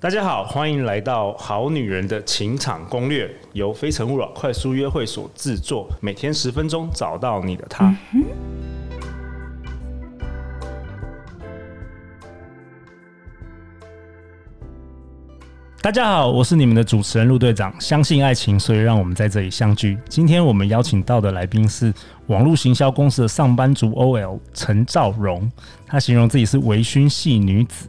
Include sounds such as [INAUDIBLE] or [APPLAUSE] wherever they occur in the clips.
大家好，欢迎来到《好女人的情场攻略》，由非诚勿扰快速约会所制作，每天十分钟，找到你的他。大家好，我是你们的主持人陆队长。相信爱情，所以让我们在这里相聚。今天我们邀请到的来宾是网络行销公司的上班族 OL 陈兆荣，她形容自己是微醺系女子。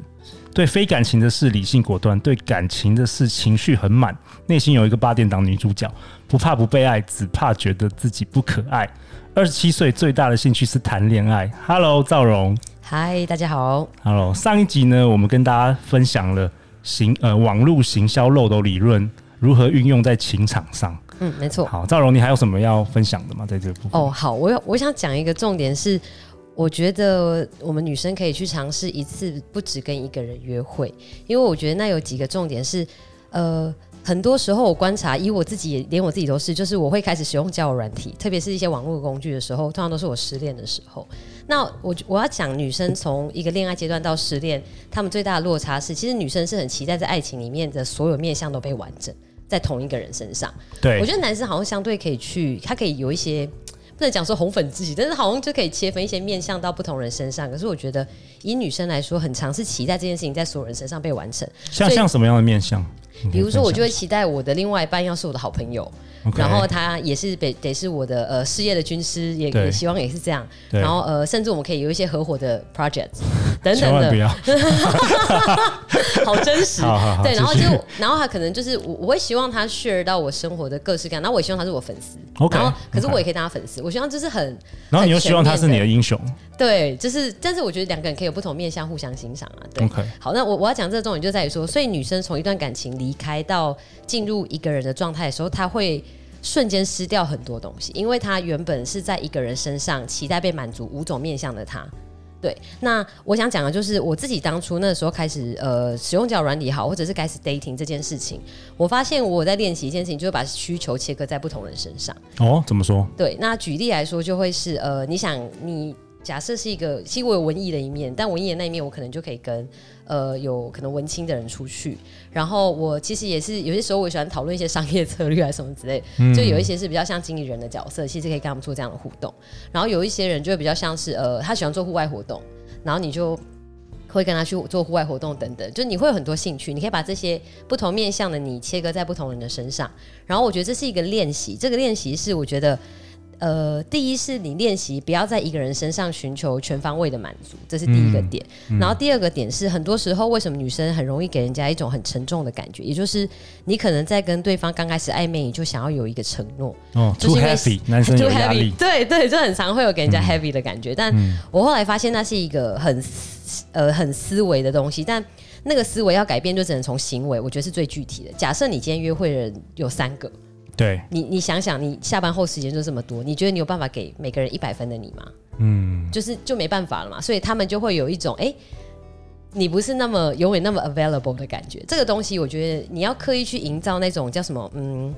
对非感情的事理性果断，对感情的事情绪很满，内心有一个八点档女主角，不怕不被爱，只怕觉得自己不可爱。二十七岁最大的兴趣是谈恋爱。Hello，赵荣。嗨，大家好。 Hello，上一集呢，我们跟大家分享了行呃网络行销漏斗理论如何运用在情场上。嗯，没错。好，赵荣，你还有什么要分享的吗？在这部分哦，好，我有我想讲一个重点是，我觉得我们女生可以去尝试一次，不只跟一个人约会，因为我觉得那有几个重点是，呃。很多时候，我观察，以我自己，连我自己都是，就是我会开始使用交友软体，特别是一些网络工具的时候，通常都是我失恋的时候。那我我要讲，女生从一个恋爱阶段到失恋，她们最大的落差是，其实女生是很期待在爱情里面的所有面向都被完整在同一个人身上。对我觉得男生好像相对可以去，他可以有一些不能讲说红粉知己，但是好像就可以切分一些面向到不同人身上。可是我觉得以女生来说，很常是期待这件事情在所有人身上被完成。像所以像什么样的面相？嗯你可比以如说，我就分会期待我的另外一半要是我的好朋友，享 OK 然后他也是得得是我的呃事业的军师，也对也希望也是这样。对然后呃，甚至我们可以有一些合伙的 project [LAUGHS] 等千等万不的，要好真实。好好好 [LAUGHS] 对，然后继就续然后他可能就是我我会希望他 share 到我生活的各式各样，然后我也希望他是我粉丝。 OK，然后可是 OK 我也可以当他粉丝，我希望就是很然后你又希望他是你的很英雄对，就是但是我觉得两个人可以有不同面向互相欣赏啊。对。 ，OK，好，那我我要讲这个重点就在于说，所以女生从一段感情离开到进入一个人的状态的时候，她会瞬间失掉很多东西，因为她原本是在一个人身上期待被满足五种面向的她。对，那我想讲的就是我自己当初那时候开始，呃，使用交友软体也好，或者是开始 dating 这件事情，我发现我在练习一件事情，就是把需求切割在不同人身上。哦，怎么说？对，那举例来说，就会是呃，你想你假设是一个，其实我有文艺的一面，但文艺的那一面我可能就可以跟呃有可能文青的人出去。然后我其实也是有些时候我也喜欢讨论一些商业策略啊什么之类，就有一些是比较像经理人的角色，其实可以跟他们做这样的互动。然后有一些人就会比较像是呃，他喜欢做户外活动，然后你就。会跟他去做户外活动等等，就你会有很多兴趣，你可以把这些不同面向的你切割在不同人的身上。然后我觉得这是一个练习，这个练习是我觉得呃，第一是你练习不要在一个人身上寻求全方位的满足，这是第一个点。嗯然后第二个点是，很多时候为什么女生很容易给人家一种很沉重的感觉，也就是你可能在跟对方刚开始暧昧，你就想要有一个承诺，哦就是，too 因为啊 happy，男生 [LAUGHS] too 有压 heavy，力，嗯对对，就很常会有给人家 heavy 的感觉。但我后来发现那是一个很思呃很思维的东西，但那个思维要改变，就只能从行为，我觉得是最具体的。假设你今天约会的人有三个，对，你你想想，你下班后时间就这么多，你觉得你有办法给每个人一百分的你吗？嗯，就是就没办法了嘛，所以他们就会有一种哎、诶你不是那么永远那么 available 的感觉。这个东西，我觉得你要刻意去营造那种叫什么，嗯，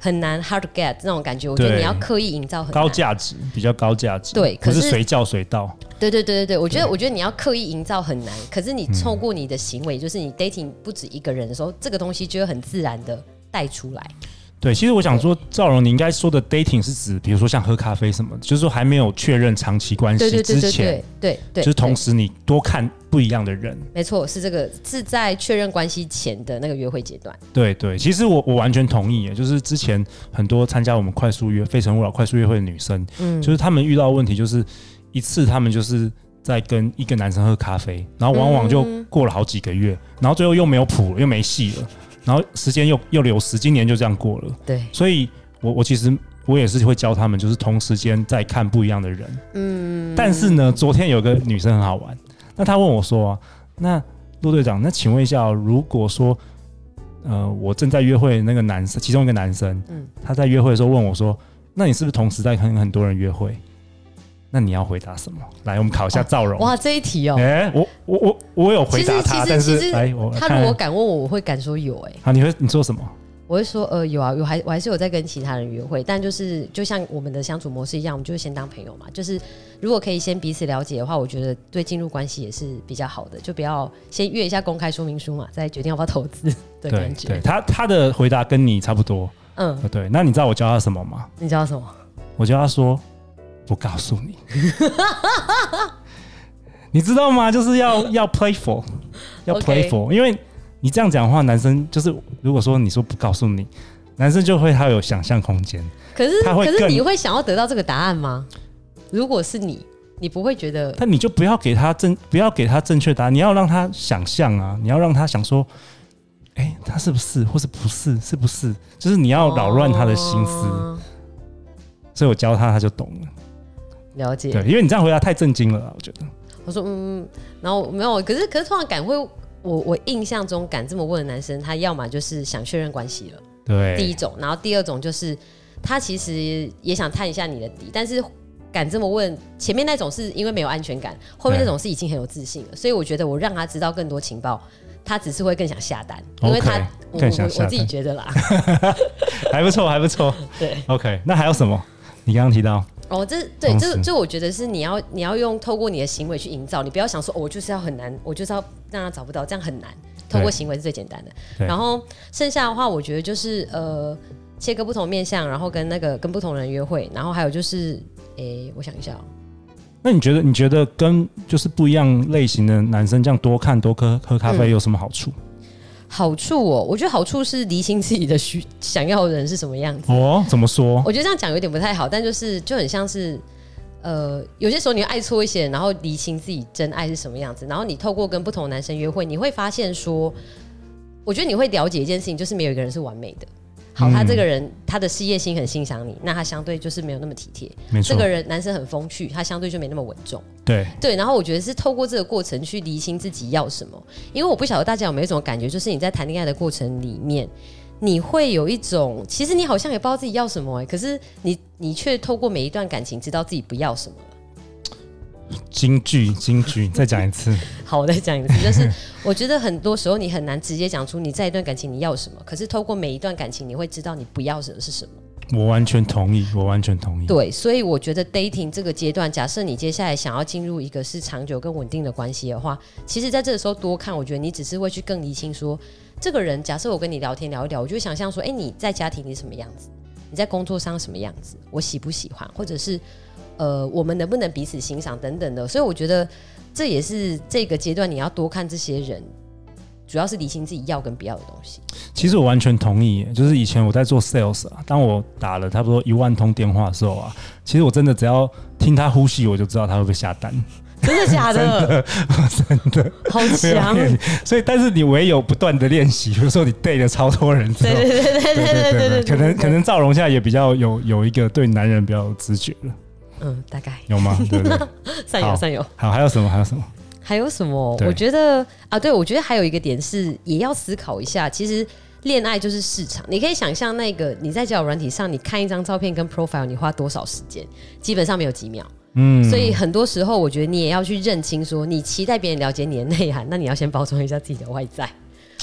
很难 hard to get 那种感觉。我觉得对你要刻意营造很难高价值比较高价值，对不可是是随叫随到，对对对对对，我觉得我觉得你要刻意营造很难，可是你嗯透过你的行为，就是你 dating 不止一个人的时候，这个东西就会很自然的带出来。对，其实我想说，赵荣，你应该说的 dating 是指，比如说像喝咖啡什么的，就是说还没有确认长期关对对系对之对前对，对对，就是同时你多看不一样的人。没错，是这个是在确认关系前的那个约会阶段。对对，其实我我完全同意耶，就是之前很多参加我们快速约非诚勿扰快速约会的女生，嗯就是她们遇到的问题就是一次她们就是在跟一个男生喝咖啡，然后往往就过了好几个月，然后最后又没有谱了，又没戏了，然后时间又又流失，今年就这样过了。对，所以我我其实我也是会教他们，就是同时间在看不一样的人。嗯，但是呢，昨天有个女生很好玩，那她问我说、啊：“那陆队长，那请问一下哦、如果说，呃，我正在约会的那个男生，其中一个男生，嗯他在约会的时候问我说，那你是不是同时在跟很多人约会？那你要回答什么？来，我们考一下赵荣。哇，这一题哦、哎、我我我我有回答其实他，其实但其是实来，我他如看果敢问我，我会敢说有哎、好，你会你说什么？我会说，呃，有啊，有还我还是有在跟其他人约会，但就是就像我们的相处模式一样，我们就是先当朋友嘛。就是如果可以先彼此了解的话，我觉得对进入关系也是比较好的，就不要先约一下公开说明书嘛，再决定要不要投资的对感对，觉。他他的回答跟你差不多。嗯，呃对，那你知道我教他什么吗？你知道什么？我教他说不告诉你， [LAUGHS] 你知道吗？就是要要 playful，要 [LAUGHS] OK playful，因为你这样讲的话，男生就是如果说你说不告诉你，男生就会他有想象空间。可是他会可是更你会想要得到这个答案吗？如果是你，你不会觉得但你就不要给他正，不要给他正确答案，你要让他想象啊，你要让他想说，哎、他是不是，或是不是，是不是？就是你要扰乱他的心思，哦所以我教他，他就懂了。了解。对，因为你这样回答太震惊了啊，我觉得。我说嗯，然后没有，可是可是通常敢会，我我印象中敢这么问的男生，他要么就是想确认关系了，第一对，种，然后第二种就是他其实也想探一下你的底，但是敢这么问，前面那种是因为没有安全感，后面那种是已经很有自信了，所以我觉得我让他知道更多情报。他只是会更想下单，因为他 OK，我我更想下我单自己觉得啦，还不错，还不错。 [LAUGHS] 对， OK，那还有什么？你刚刚提到，哦，这对同这时这，我觉得是你要你要用透过你的行为去营造，你不要想说、哦、我就是要很难，我就是要让他找不到，这样很难。透过对行为是最简单的。对然后剩下的话，我觉得就是呃，切割不同面相，然后跟那个跟不同人约会，然后还有就是，诶，我想一下、哦，那你觉得，你觉得跟就是不一样类型的男生这样多看多喝喝咖嗯啡有什么好处？好处哦，我觉得好处是厘清自己的需想要的人是什么样子。哦，怎么说？我觉得这样讲有点不太好，但就是就很像是，呃，有些时候你会爱错一些人，然后厘清自己真爱是什么样子，然后你透过跟不同的男生约会，你会发现说，我觉得你会了解一件事情，就是没有一个人是完美的。嗯好，他这个人、他的事业心很欣赏你，那他相对就是没有那么体贴。没这错个，人男生很风趣，他相对就没那么稳重。对，对，然后我觉得是透过这个过程去厘清自己要什么，因为我不晓得大家有没有一种感觉，就是你在谈恋爱的过程里面，你会有一种其实你好像也不知道自己要什么、欸，可是你你却透过每一段感情知道自己不要什么了。京剧，京剧，再讲一次。好，我再讲一次，就是我觉得很多时候你很难直接讲出你在一段感情你要什么，可是透过每一段感情，你会知道你不要什么是什么。我完全同意，我完全同意。对，所以我觉得 dating 这个阶段，假设你接下来想要进入一个是长久跟稳定的关系的话，其实在这个时候多看，我觉得你只是会去更厘清说，这个人，假设我跟你聊天聊一聊，我就会想象说，哎、你在家庭里什么样子，你在工作上什么样子，我喜不喜欢，或者是呃，我们能不能彼此欣赏等等的。所以我觉得这也是这个阶段你要多看这些人，主要是理清自己要跟不要的东西。其实我完全同意耶，就是以前我在做 sales 啊，当我打了差不多一万通电话的时候啊，其实我真的只要听他呼吸，我就知道他会不会下单，真的假 [LAUGHS] 的？真的。好没有强！骗你所以，但是你唯有不断的练习，比如说你对了超多人之对后，对对对对对对对，可能可能赵荣现在也比较有有一个对男人比较有直觉了，嗯，大概有 [LAUGHS] 吗？对不对？善好有善有。好，还有什么？还有什么？还有什么？对我觉得啊，对，我觉得还有一个点是，也要思考一下。其实恋爱就是市场，你可以想象那个你在交友软体上，你看一张照片跟 profile，你花多少时间，基本上没有几秒。嗯，所以很多时候，我觉得你也要去认清说你期待别人了解你的内涵，那你要先包装一下自己的外在。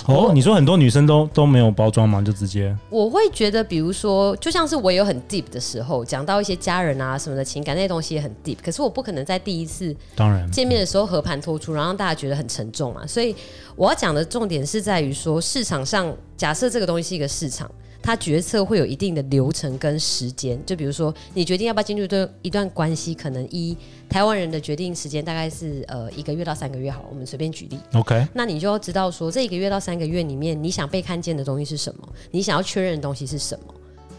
哦，你说很多女生都都没有包装吗？就直接我会觉得，比如说，就像是我有很 deep 的时候，讲到一些家人啊什么的情感那些东西也很 deep，可是我不可能在第一次当然见面的时候和盘托出，然后让大家觉得很沉重嘛。所以我要讲的重点是在于说，市场上假设这个东西是一个市场，它决策会有一定的流程跟时间。就比如说，你决定要不要进入一段一段关系，可能一台湾人的决定时间大概是呃一个月到三个月，好了，我们随便举例。 OK，那你就要知道说，这一个月到三个月里面，你想被看见的东西是什么，你想要确认的东西是什么。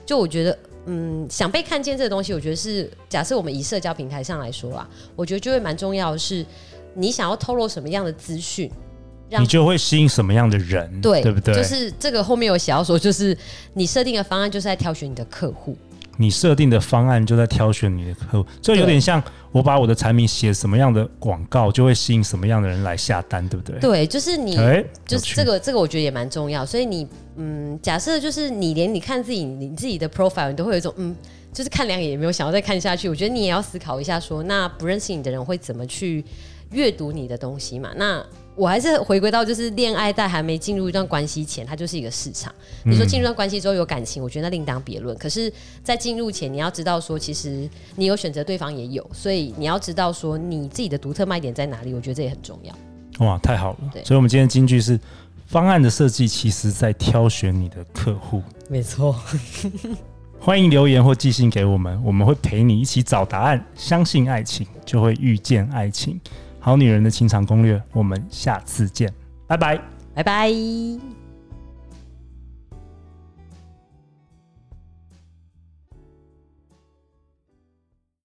就我觉得，嗯，想被看见这个东西，我觉得是假设我们以社交平台上来说啊，我觉得就会蛮重要的是，你想要透露什么样的资讯。让你就会吸引什么样的人？对，对不对？就是这个后面有写到说，就是你设定的方案就是在挑选你的客户，你设定的方案就在挑选你的客户，这有点像我把我的产品写什么样的广告，就会吸引什么样的人来下单，对不对？对，就是你哎，就有是趣这个，这个我觉得也蛮重要。所以你，嗯，假设就是你连你看自己你自己的 profile，你都会有一种嗯，就是看两眼也没有想要再看下去。我觉得你也要思考一下说那不认识你的人会怎么去阅读你的东西嘛？那我还是回归到就是恋爱在还没进入一段关系前，它就是一个市场。你说进入一段关系之后有感情，我觉得那另当别论。可是，在进入前，你要知道说，其实你有选择，对方也有，所以你要知道说你自己的独特卖点在哪里。我觉得这也很重要。哇，太好了！对所以我们今天的金句是：方案的设计其实在挑选你的客户。没错，欢迎留言或寄信给我们，我们会陪你一起找答案。相信爱情，就会遇见爱情。好女人的情场攻略，我们下次见，拜拜。拜拜。